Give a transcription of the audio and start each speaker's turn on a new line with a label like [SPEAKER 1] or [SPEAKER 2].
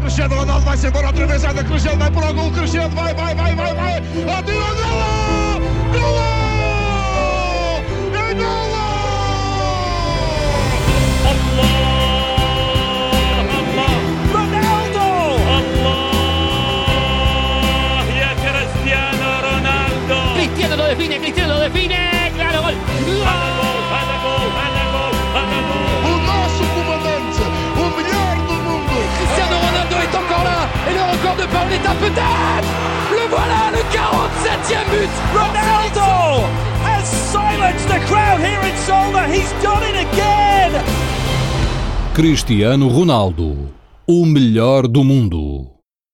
[SPEAKER 1] Cristiano Ronaldo vai-se embora, atravessada, Cristiano vai para o gol, Cristiano vai, vai, vai, vai, vai, atira, gol! Gol! É gol!
[SPEAKER 2] Cristiano lo define, Cristiano lo define, claro, gol.
[SPEAKER 1] O nosso comandante, o melhor do mundo,
[SPEAKER 2] Cristiano Ronaldo est encore là et le record de Paoletta peut-être Le voilà, le 47e but Ronaldo has silenced the crowd here in Solna, he's done it again
[SPEAKER 3] Cristiano Ronaldo, o melhor do mundo.